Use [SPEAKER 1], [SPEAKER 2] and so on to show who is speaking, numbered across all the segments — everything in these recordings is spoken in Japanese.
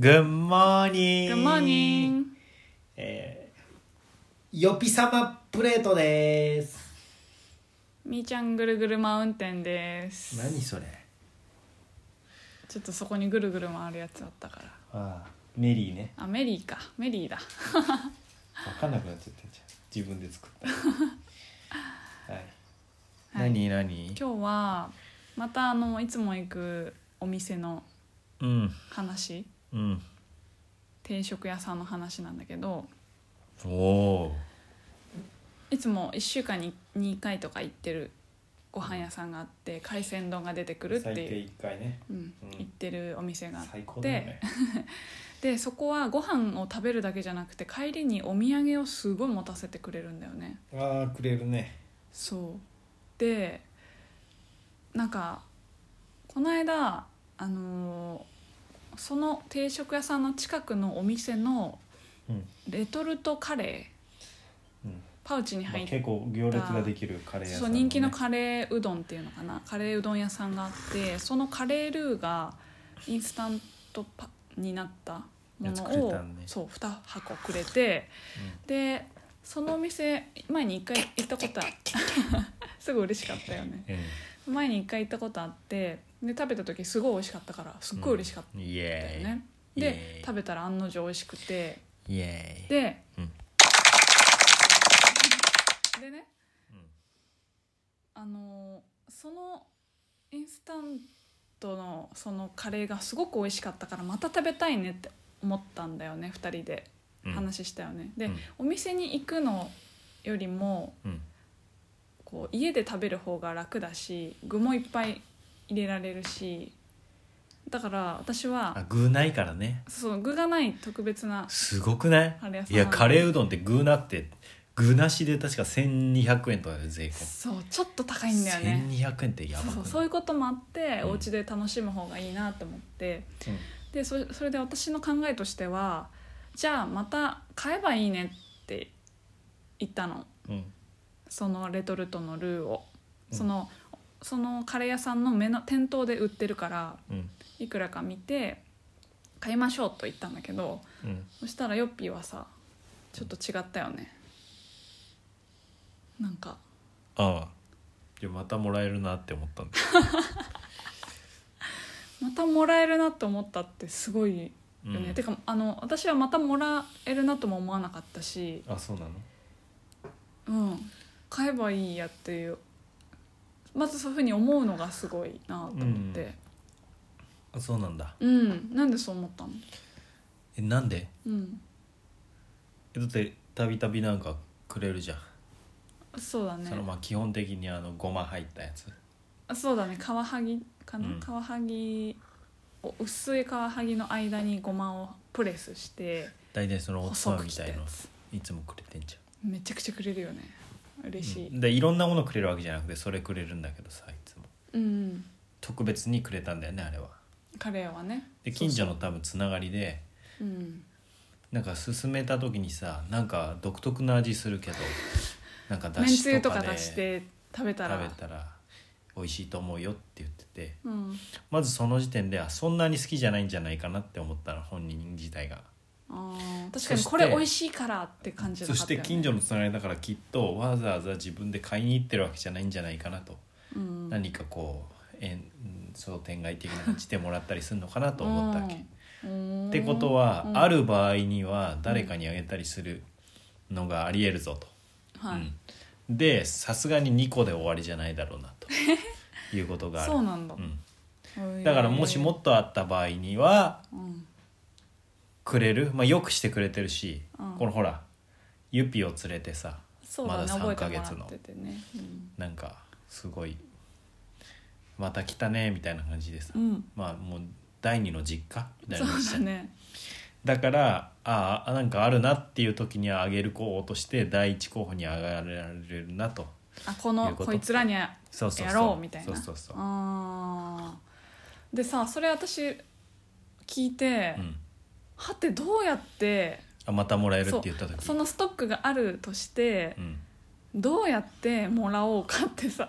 [SPEAKER 1] Good morning!
[SPEAKER 2] Good morning!
[SPEAKER 1] えー、よぴさまプレートです。
[SPEAKER 2] みーちゃんぐるぐるマウンテンです
[SPEAKER 1] 何それ
[SPEAKER 2] ちょっとそこにぐるぐる回るやつあったから
[SPEAKER 1] ああ、メリーね。
[SPEAKER 2] あメリーかメリーだ
[SPEAKER 1] わかんなくなっちゃったじゃん。自分で作っ た。はい。
[SPEAKER 2] はい
[SPEAKER 1] 何何
[SPEAKER 2] 今日はまたあのいつも行くお店の
[SPEAKER 1] うん、
[SPEAKER 2] 話
[SPEAKER 1] うん。
[SPEAKER 2] 定食屋さんの話なんだけど
[SPEAKER 1] おお
[SPEAKER 2] いつも1週間に2回とか行ってるご飯屋さんがあって海鮮丼が出てくる
[SPEAKER 1] ー。
[SPEAKER 2] って
[SPEAKER 1] 最低
[SPEAKER 2] いう、
[SPEAKER 1] 一回ね。
[SPEAKER 2] うん
[SPEAKER 1] うん、
[SPEAKER 2] 行ってるお店があって
[SPEAKER 1] 最高だよね。
[SPEAKER 2] でそこはご飯を食べるだけじゃなくて帰りにお土産をすごい持たせてくれるんだよね
[SPEAKER 1] ああ、くれるね。
[SPEAKER 2] そうでなんかこの間あのーその定食屋さんの近くのお店の
[SPEAKER 1] うん。
[SPEAKER 2] レトルトカレー
[SPEAKER 1] うん
[SPEAKER 2] パウチに
[SPEAKER 1] まあ、
[SPEAKER 2] 入って、
[SPEAKER 1] 結構行列ができるカレー屋さん
[SPEAKER 2] そ
[SPEAKER 1] だ
[SPEAKER 2] う
[SPEAKER 1] ね、
[SPEAKER 2] 人気のカレーうどんっていうのかなカレーうどん屋さんがあってそのカレールーがインスタントパになったも
[SPEAKER 1] やつ
[SPEAKER 2] の
[SPEAKER 1] くれ
[SPEAKER 2] を、
[SPEAKER 1] たんね
[SPEAKER 2] そう2箱くれてでそのお店前に1回行ったことあ すごい嬉しかったよね
[SPEAKER 1] うん。うん
[SPEAKER 2] 前に1回行ったことあってで食べた時すごい美味しかったからすっごい嬉しかっ
[SPEAKER 1] うんイ
[SPEAKER 2] たよ
[SPEAKER 1] エーイ
[SPEAKER 2] ね、
[SPEAKER 1] イエーイイエーイ
[SPEAKER 2] で食べたら案の定美味しくて
[SPEAKER 1] イエーイ
[SPEAKER 2] で、
[SPEAKER 1] うん
[SPEAKER 2] でねあのそのインスタントのそのカレーがすごく美味しかったからまた食べたいねって思ったんだよね2人で
[SPEAKER 1] うん
[SPEAKER 2] 話したよね、
[SPEAKER 1] う
[SPEAKER 2] で、
[SPEAKER 1] ん
[SPEAKER 2] お店に行くのよりも
[SPEAKER 1] うん
[SPEAKER 2] こう家で食べる方が楽だし具もいっぱい入れられるしだから私
[SPEAKER 1] あ
[SPEAKER 2] は
[SPEAKER 1] 具ないからね
[SPEAKER 2] そう具がない特別な
[SPEAKER 1] すごくない
[SPEAKER 2] カレー屋さん
[SPEAKER 1] いやカレーうどんって具なって具なしで確か1200円とかで税込
[SPEAKER 2] そうちょっと高い
[SPEAKER 1] み
[SPEAKER 2] んだよね
[SPEAKER 1] 1200円ってやばく
[SPEAKER 2] そ
[SPEAKER 1] ない
[SPEAKER 2] うそうそういうこともあって
[SPEAKER 1] うん
[SPEAKER 2] お家で楽しむ方がいいなと思って、
[SPEAKER 1] うん
[SPEAKER 2] でそそれで私の考えとしてはじゃあまた買えばいいねって言ったの
[SPEAKER 1] うん
[SPEAKER 2] そのレトルトのルーを、
[SPEAKER 1] うん
[SPEAKER 2] そのそのカレー屋さんの目の店頭で売ってるから
[SPEAKER 1] うん
[SPEAKER 2] いくらか見て買いましょうと言ったんだけど
[SPEAKER 1] うん
[SPEAKER 2] そしたらヨッピーはさちょっと違ったよねなんか
[SPEAKER 1] ああじゃあまたもらえるなって思ったんだ、
[SPEAKER 2] またもらえるなと思ったってすごいよね、
[SPEAKER 1] うん
[SPEAKER 2] てかあの私はまたもらえるなとも思わなかったし、
[SPEAKER 1] あそうなの
[SPEAKER 2] うん、買えばいいやっていうまずそういうふうに思うのがすごいなと思って
[SPEAKER 1] あそうなんだ
[SPEAKER 2] うん、なんでそう思ったの
[SPEAKER 1] えなんで
[SPEAKER 2] うん
[SPEAKER 1] えだってたびたびなんかくれるじゃん、
[SPEAKER 2] そうだね
[SPEAKER 1] そのまあ基本的にあのごま入ったやつ
[SPEAKER 2] あそうだねカワハギかな、
[SPEAKER 1] うん
[SPEAKER 2] カワハギを薄いカワハギの間にごまをプレスして
[SPEAKER 1] 大体そのおつ
[SPEAKER 2] 細
[SPEAKER 1] ま
[SPEAKER 2] く
[SPEAKER 1] みみ
[SPEAKER 2] 切った
[SPEAKER 1] たい
[SPEAKER 2] や
[SPEAKER 1] の
[SPEAKER 2] つ
[SPEAKER 1] いつもくれてんじゃん
[SPEAKER 2] めちゃくちゃくれるよね嬉しい
[SPEAKER 1] でいろんなものくれるわけじゃなくてそれくれるんだけどさいつも
[SPEAKER 2] うん、
[SPEAKER 1] 特別にくれたんだよねあれは
[SPEAKER 2] カレーはね
[SPEAKER 1] で近所の
[SPEAKER 2] そう
[SPEAKER 1] 多分つながりで
[SPEAKER 2] そううん
[SPEAKER 1] なんか勧めた時にさなんか独特な味するけどなんか
[SPEAKER 2] め
[SPEAKER 1] だ
[SPEAKER 2] んつゆ
[SPEAKER 1] し
[SPEAKER 2] と
[SPEAKER 1] とか
[SPEAKER 2] か
[SPEAKER 1] で
[SPEAKER 2] 出
[SPEAKER 1] 食べ
[SPEAKER 2] して食べた
[SPEAKER 1] た
[SPEAKER 2] ら
[SPEAKER 1] ら美味しいと思うよって言ってて
[SPEAKER 2] うん
[SPEAKER 1] まずその時点であそんなに好きじゃないんじゃないかなって思ったの本人自体が
[SPEAKER 2] あー確か
[SPEAKER 1] そ
[SPEAKER 2] に
[SPEAKER 1] して
[SPEAKER 2] これ美味しいからって感じだ
[SPEAKER 1] そして近所のつながりだからきっとわざわざ自分で買いに行ってるわけじゃないんじゃないかなと、
[SPEAKER 2] うん
[SPEAKER 1] 何かこうえん商店街的な感じでもらったりするのかなと思ったわけ、
[SPEAKER 2] うん
[SPEAKER 1] ってことは、
[SPEAKER 2] うん
[SPEAKER 1] ある場合には誰かにあげたりするのがありえるぞと、
[SPEAKER 2] はい、
[SPEAKER 1] うんでさすがに2個で終わりじゃないだろうな ということがある
[SPEAKER 2] そうなんだ、
[SPEAKER 1] う
[SPEAKER 2] へ
[SPEAKER 1] ん
[SPEAKER 2] ー
[SPEAKER 1] だからもしも、っとあった場合には
[SPEAKER 2] うん、
[SPEAKER 1] くれる、まあ、よくしてくれてるし、
[SPEAKER 2] うん
[SPEAKER 1] このほらユピを連れてさ
[SPEAKER 2] そうだね、
[SPEAKER 1] まだ
[SPEAKER 2] 覚え
[SPEAKER 1] 3
[SPEAKER 2] て
[SPEAKER 1] ヶ
[SPEAKER 2] もら
[SPEAKER 1] 月の
[SPEAKER 2] っててね、うん
[SPEAKER 1] なんかすごい「また来たね」みたいな感じでさ、
[SPEAKER 2] うん、
[SPEAKER 1] まあもう第二の実家みたい
[SPEAKER 2] そ
[SPEAKER 1] な
[SPEAKER 2] う
[SPEAKER 1] 感じじゃ
[SPEAKER 2] だ
[SPEAKER 1] ん
[SPEAKER 2] ね
[SPEAKER 1] だからああなんかあるなっていう時にはあげる候補として第一候補に上がられるなと
[SPEAKER 2] あこ
[SPEAKER 1] い
[SPEAKER 2] の
[SPEAKER 1] うこ
[SPEAKER 2] こといつらにや
[SPEAKER 1] そうそうそう
[SPEAKER 2] ろうみたいな
[SPEAKER 1] そうそうそう
[SPEAKER 2] あーでさそれ私聞いて、
[SPEAKER 1] うん、
[SPEAKER 2] はてどうやって
[SPEAKER 1] あまたもらえるって
[SPEAKER 2] そう
[SPEAKER 1] 言った時
[SPEAKER 2] そのストックがあるとして
[SPEAKER 1] う、んうん
[SPEAKER 2] どうやってもらおうかってさ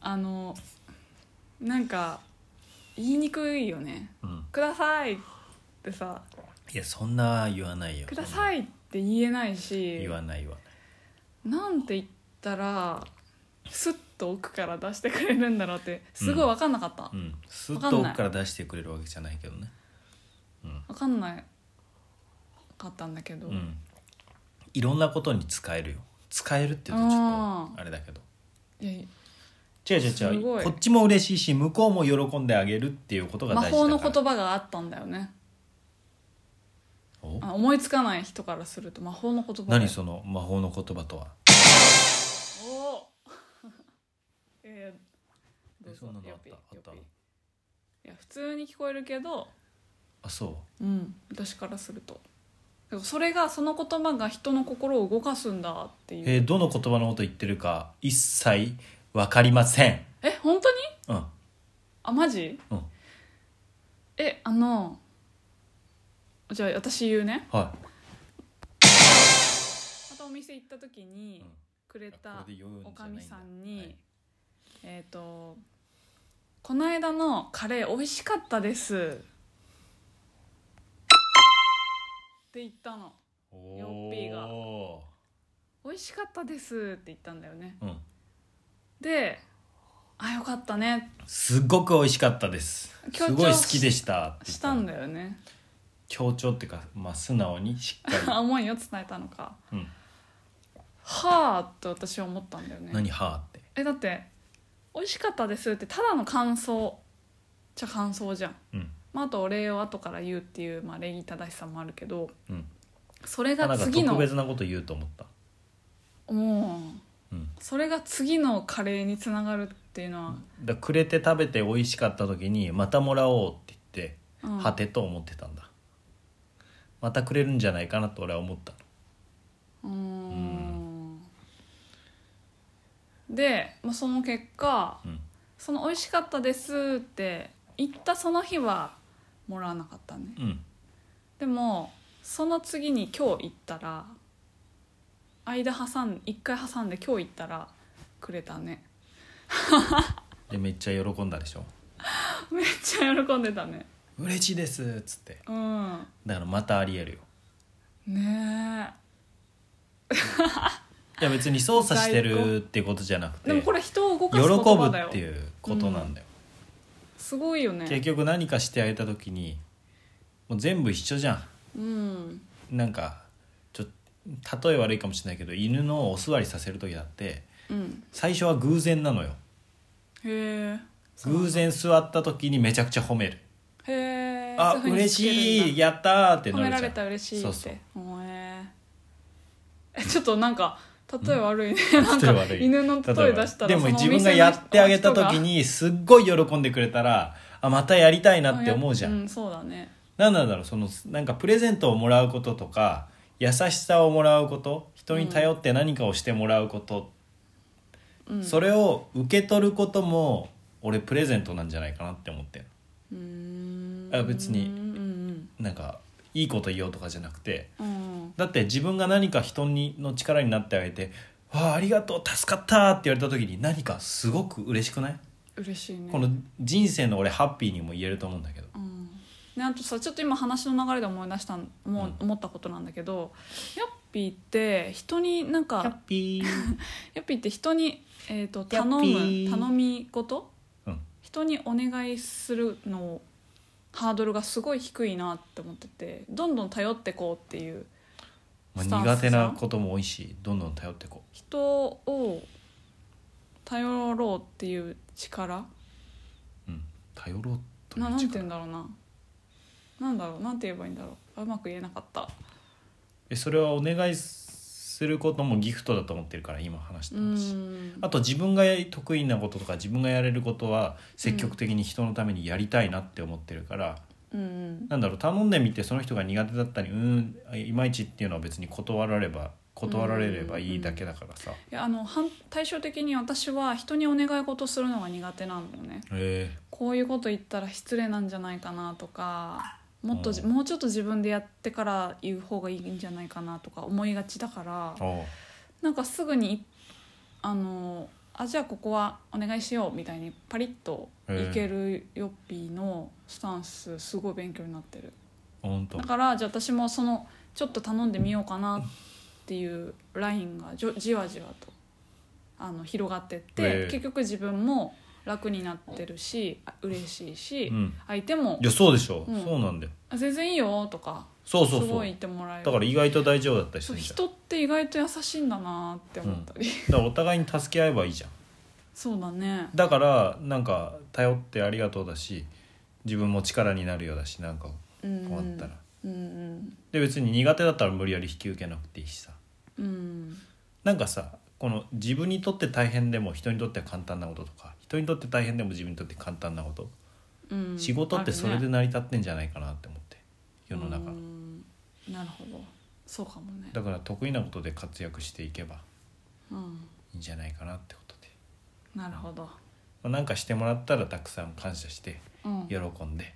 [SPEAKER 2] あのなんか言いにくいよね
[SPEAKER 1] うん
[SPEAKER 2] 「ください」ってさ
[SPEAKER 1] いやそんな言わないよ
[SPEAKER 2] 「ください」って言えな
[SPEAKER 1] そ
[SPEAKER 2] い
[SPEAKER 1] んな
[SPEAKER 2] し
[SPEAKER 1] 言わない言わない
[SPEAKER 2] なんて言ったらスッと奥から出してくれるんだろうってすごい分かんなかった、
[SPEAKER 1] うんス
[SPEAKER 2] わか
[SPEAKER 1] ッ
[SPEAKER 2] んな
[SPEAKER 1] と
[SPEAKER 2] い
[SPEAKER 1] 奥から出してくれるわけじゃないけどねうん、
[SPEAKER 2] 分かんないかったんだけど、
[SPEAKER 1] うん、いろんなことに使えるよ使えるっていうとちょっ
[SPEAKER 2] あー
[SPEAKER 1] とあれだけど
[SPEAKER 2] いやい
[SPEAKER 1] 違う違
[SPEAKER 2] す
[SPEAKER 1] う違
[SPEAKER 2] ご
[SPEAKER 1] う
[SPEAKER 2] い
[SPEAKER 1] こっちも嬉しいし向こうも喜んであげるっていうことが
[SPEAKER 2] 魔
[SPEAKER 1] 大事だ
[SPEAKER 2] 法
[SPEAKER 1] から
[SPEAKER 2] の言葉があったんだよね
[SPEAKER 1] お
[SPEAKER 2] あ思いつかない人からすると魔法の言葉
[SPEAKER 1] 何その魔法の言葉とは
[SPEAKER 2] お おいやいやど
[SPEAKER 1] え
[SPEAKER 2] うぞ
[SPEAKER 1] そんなのあっ
[SPEAKER 2] よ
[SPEAKER 1] た
[SPEAKER 2] ぴ
[SPEAKER 1] あった
[SPEAKER 2] よぴいや普通に聞こえるけど
[SPEAKER 1] あそ
[SPEAKER 2] うん私からするとでもそれがその言葉が人の心を動かすんだっていうう
[SPEAKER 1] えーどの言葉のこと言ってるか一切わかりません
[SPEAKER 2] え本当に
[SPEAKER 1] うん
[SPEAKER 2] あマジ、
[SPEAKER 1] うん
[SPEAKER 2] えあのじゃあ私言うね
[SPEAKER 1] は
[SPEAKER 2] またお店行った時
[SPEAKER 1] い、
[SPEAKER 2] にくれ
[SPEAKER 1] うん
[SPEAKER 2] た
[SPEAKER 1] これで酔うんじ
[SPEAKER 2] お
[SPEAKER 1] ゃ
[SPEAKER 2] か
[SPEAKER 1] ないん
[SPEAKER 2] み
[SPEAKER 1] だ
[SPEAKER 2] さん
[SPEAKER 1] は
[SPEAKER 2] に
[SPEAKER 1] い
[SPEAKER 2] 「えっ、とこの間のカレー美味しかったです」って言ったの
[SPEAKER 1] お
[SPEAKER 2] よっぴーが
[SPEAKER 1] ー
[SPEAKER 2] 「美味しかったです」って言ったんだよね
[SPEAKER 1] うん
[SPEAKER 2] で「あよかったね
[SPEAKER 1] すごく美味しかったです
[SPEAKER 2] 強
[SPEAKER 1] す
[SPEAKER 2] 調
[SPEAKER 1] ごい好きでしたって」言っ
[SPEAKER 2] したんだよね
[SPEAKER 1] 強調っていうか、まあ、素直にしっか
[SPEAKER 2] 思いを伝えたのか
[SPEAKER 1] り、うん、
[SPEAKER 2] はあって私は思ったんだよね
[SPEAKER 1] 何はあって
[SPEAKER 2] えだって「美味しかったです」ってただの感想じゃ感想じゃん、
[SPEAKER 1] うん
[SPEAKER 2] まあ、あとお礼を後から言うっていう、まあ、礼儀正しさもあるけど
[SPEAKER 1] うん
[SPEAKER 2] それ
[SPEAKER 1] な
[SPEAKER 2] が
[SPEAKER 1] んか
[SPEAKER 2] 次の
[SPEAKER 1] 特別なこと言うと思った
[SPEAKER 2] もう、
[SPEAKER 1] うん
[SPEAKER 2] それが次のカレーにつながるっていうのは、
[SPEAKER 1] だくれて食べて美味しかった時にまたもらおうって言って、
[SPEAKER 2] うん
[SPEAKER 1] はてと思ってたんだまたくれるんじゃないかなと俺は思ったの
[SPEAKER 2] うーんで、まあ、その結果
[SPEAKER 1] うん
[SPEAKER 2] その「美味しかったです」って言ったその日はもらわなかったね
[SPEAKER 1] うん
[SPEAKER 2] でもその次に今日行ったら間挟ん一回挟んで今日行ったらくれたね
[SPEAKER 1] でめっちゃ喜んだでしょ
[SPEAKER 2] めっちゃ喜んでたね
[SPEAKER 1] 嬉しいですっつって
[SPEAKER 2] うん
[SPEAKER 1] だからまたありえるよ
[SPEAKER 2] ね
[SPEAKER 1] いや別に操作してるってことじゃなく
[SPEAKER 2] え
[SPEAKER 1] て
[SPEAKER 2] でもこれ人を動か
[SPEAKER 1] 喜
[SPEAKER 2] す
[SPEAKER 1] ぶ
[SPEAKER 2] 言葉だよ
[SPEAKER 1] っていうことなんだよ、
[SPEAKER 2] すごいよ
[SPEAKER 1] 結
[SPEAKER 2] ね
[SPEAKER 1] 局何かしてあげた時にもう全部一緒じゃ
[SPEAKER 2] うん
[SPEAKER 1] んなんかちょ例え悪いかもしれないけど犬のお座りさせる時だって
[SPEAKER 2] うん
[SPEAKER 1] 最初は偶然なのよ
[SPEAKER 2] へえ
[SPEAKER 1] 偶然座った時にめちゃくちゃ褒める
[SPEAKER 2] へえ
[SPEAKER 1] あ嬉しい
[SPEAKER 2] い
[SPEAKER 1] やったーって
[SPEAKER 2] 褒め
[SPEAKER 1] な
[SPEAKER 2] ら
[SPEAKER 1] る
[SPEAKER 2] れ
[SPEAKER 1] じゃ
[SPEAKER 2] た
[SPEAKER 1] ん
[SPEAKER 2] 嬉しいって
[SPEAKER 1] そうそう
[SPEAKER 2] ほええちょっとなんか例え悪いね、 なん
[SPEAKER 1] 例え
[SPEAKER 2] か
[SPEAKER 1] 悪い
[SPEAKER 2] 犬の例え出したら
[SPEAKER 1] で
[SPEAKER 2] そ
[SPEAKER 1] も
[SPEAKER 2] のお
[SPEAKER 1] 自
[SPEAKER 2] 店の
[SPEAKER 1] 分がやってあげた時にすっごい喜んでくれたらあまたやりたい
[SPEAKER 2] 人が
[SPEAKER 1] なって思うじゃん、
[SPEAKER 2] うん、そうだね
[SPEAKER 1] 何なんだろうそのなんかプレゼントをもらうこととか優しさをもらうこと人に頼って何かをしてもらうこと、
[SPEAKER 2] うん
[SPEAKER 1] それを受け取ることも俺プレゼントなんじゃないかなって思ってる
[SPEAKER 2] うーん
[SPEAKER 1] あ別に
[SPEAKER 2] うん
[SPEAKER 1] なんかいいこと言おうとかじゃなくて
[SPEAKER 2] うんうん
[SPEAKER 1] だって自分が何か人にの力になってあげて「わあありがとう助かった」って言われた時に何かすごく嬉しくない
[SPEAKER 2] 嬉しいね
[SPEAKER 1] この人生の俺ハッピーにも言えると思うんだけど
[SPEAKER 2] うんね、あとさちょっと今話の流れで思い出したもう思ったことなんだけど、ヤッピーって人になん
[SPEAKER 1] ハ
[SPEAKER 2] か
[SPEAKER 1] ッピー
[SPEAKER 2] ヤッピーって人に、えー、と
[SPEAKER 1] ヤ
[SPEAKER 2] 頼
[SPEAKER 1] ッ
[SPEAKER 2] む
[SPEAKER 1] ピー
[SPEAKER 2] 頼み事、
[SPEAKER 1] うん
[SPEAKER 2] 人にお願いするのハードルがすごい低いなって思っててどんどん頼ってこうっていう
[SPEAKER 1] まあ
[SPEAKER 2] スタンスさ
[SPEAKER 1] 苦手なことも多いしどんどん頼っていこ
[SPEAKER 2] 人を頼ろうっていう力
[SPEAKER 1] う、うん、頼ろうという
[SPEAKER 2] ななんて言うん
[SPEAKER 1] 力
[SPEAKER 2] だろうななんだろうなんて言えばいいんだろうあうまく言えなかった
[SPEAKER 1] えそれはお願いすることもギフトだと思ってるから今話して
[SPEAKER 2] う
[SPEAKER 1] ます
[SPEAKER 2] ん
[SPEAKER 1] あと自分が得意なこととか自分がやれることは積極的に人のためにやりたいなって思ってるから、
[SPEAKER 2] うん
[SPEAKER 1] なんだろう頼んでみてその人が苦手だったりうーんいまいちっていうのは別に断られば断られればいいだけだからさ、
[SPEAKER 2] いやあの反対照的に私は人にお願い事するのが苦手なんだよね
[SPEAKER 1] へ
[SPEAKER 2] こういうこと言ったら失礼なんじゃないかなとかもっとじ
[SPEAKER 1] うん
[SPEAKER 2] もうちょっと自分でやってから言う方がいいんじゃないかなとか思いがちだから
[SPEAKER 1] えおう
[SPEAKER 2] なんかすぐにあのあじゃあここはお願いしようみたいにパリッといけるよっぴーのスタンスすごい勉強になってる
[SPEAKER 1] 本当
[SPEAKER 2] だからじゃあ私もそのちょっと頼んでみようかなっていうラインがじょじわじわとあの広がってって、
[SPEAKER 1] ええ
[SPEAKER 2] 結局自分も楽になってるしあ嬉しいし、
[SPEAKER 1] うん
[SPEAKER 2] 相手も
[SPEAKER 1] いやそうでしょ、
[SPEAKER 2] うん
[SPEAKER 1] そうなんだよ
[SPEAKER 2] 「あ全然いいよ」とか
[SPEAKER 1] そうそう
[SPEAKER 2] す
[SPEAKER 1] そ
[SPEAKER 2] ご
[SPEAKER 1] う
[SPEAKER 2] い言ってもらえる
[SPEAKER 1] だから意外と大丈夫だったりす
[SPEAKER 2] そう
[SPEAKER 1] るじゃん
[SPEAKER 2] 人って意外と優しいんだなって思ったり、
[SPEAKER 1] だからお互いに助け合えばいいじゃん
[SPEAKER 2] そうだね
[SPEAKER 1] だからなんか頼ってありがとうだし自分も力になるようだしなんか
[SPEAKER 2] うん
[SPEAKER 1] 困ったら、
[SPEAKER 2] うんうん
[SPEAKER 1] で別に苦手だったら無理やり引き受けなくていいしさ
[SPEAKER 2] うん
[SPEAKER 1] なんかさこの自分にとって大変でも人にとっては簡単なこととか人にとって大変でも自分にとって簡単なこと、
[SPEAKER 2] うん
[SPEAKER 1] 仕事ってそれ
[SPEAKER 2] あ
[SPEAKER 1] で
[SPEAKER 2] るね
[SPEAKER 1] 成り立ってんじゃないかなって思って世の中、
[SPEAKER 2] うんなるほどそうかもね
[SPEAKER 1] だから得意なことで活躍していけば
[SPEAKER 2] うん
[SPEAKER 1] いいんじゃないかなってことで、
[SPEAKER 2] なるほど、
[SPEAKER 1] まあ、なんかしてもらったらたくさん感謝して
[SPEAKER 2] うん
[SPEAKER 1] 喜、んで、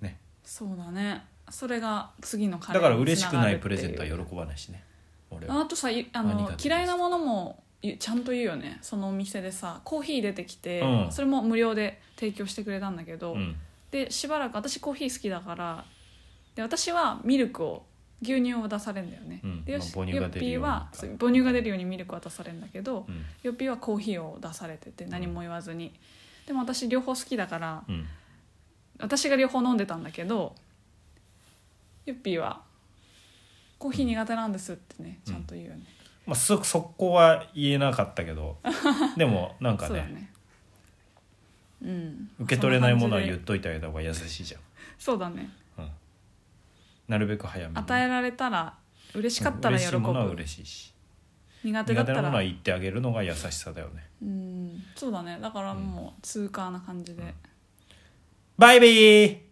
[SPEAKER 1] ね
[SPEAKER 2] そうだねそれが次のカレ
[SPEAKER 1] だ
[SPEAKER 2] ー
[SPEAKER 1] から嬉しくないプレゼント
[SPEAKER 2] よ
[SPEAKER 1] は喜ばないしね俺は
[SPEAKER 2] あとさいあ
[SPEAKER 1] 何が
[SPEAKER 2] の
[SPEAKER 1] です
[SPEAKER 2] 嫌いなものもゆちゃんと言うよねそのお店でさコーヒー出てきて、
[SPEAKER 1] うん
[SPEAKER 2] それも無料で提供してくれたんだけど、
[SPEAKER 1] うん
[SPEAKER 2] でしばらく私コーヒー好きだからで私はミルクを牛乳を出されるんだよね、
[SPEAKER 1] うんま
[SPEAKER 2] で
[SPEAKER 1] あ
[SPEAKER 2] よし
[SPEAKER 1] 母乳が出るように
[SPEAKER 2] よっぴーは
[SPEAKER 1] か
[SPEAKER 2] そう母乳が出るようにミルクは出されるんだけど、
[SPEAKER 1] うん
[SPEAKER 2] よっぴーはコーヒーを出されてて何も言わずに、でも私両方好きだから
[SPEAKER 1] うん
[SPEAKER 2] 私が両方飲んでたんだけどよっぴーは「コーヒー苦手なんです」ってね、
[SPEAKER 1] うん
[SPEAKER 2] ちゃんと言うよね、
[SPEAKER 1] まあそそこは言えなかったけ どでもなんか
[SPEAKER 2] そう
[SPEAKER 1] ね
[SPEAKER 2] だねうん
[SPEAKER 1] 受け取れないものは言っ
[SPEAKER 2] う
[SPEAKER 1] といてあげた方が優しいじゃ
[SPEAKER 2] そうだね
[SPEAKER 1] ん、うん、なるべく早めに
[SPEAKER 2] 与えられたら嬉しかったら喜ぶ、
[SPEAKER 1] うん嬉しいものは嬉しいし
[SPEAKER 2] 苦手だ
[SPEAKER 1] 苦
[SPEAKER 2] っ
[SPEAKER 1] 手な
[SPEAKER 2] た
[SPEAKER 1] ものは
[SPEAKER 2] ら
[SPEAKER 1] 言ってあげるのが優しさだよね
[SPEAKER 2] うんそうだねだからもう通過な感じで、
[SPEAKER 1] バイビー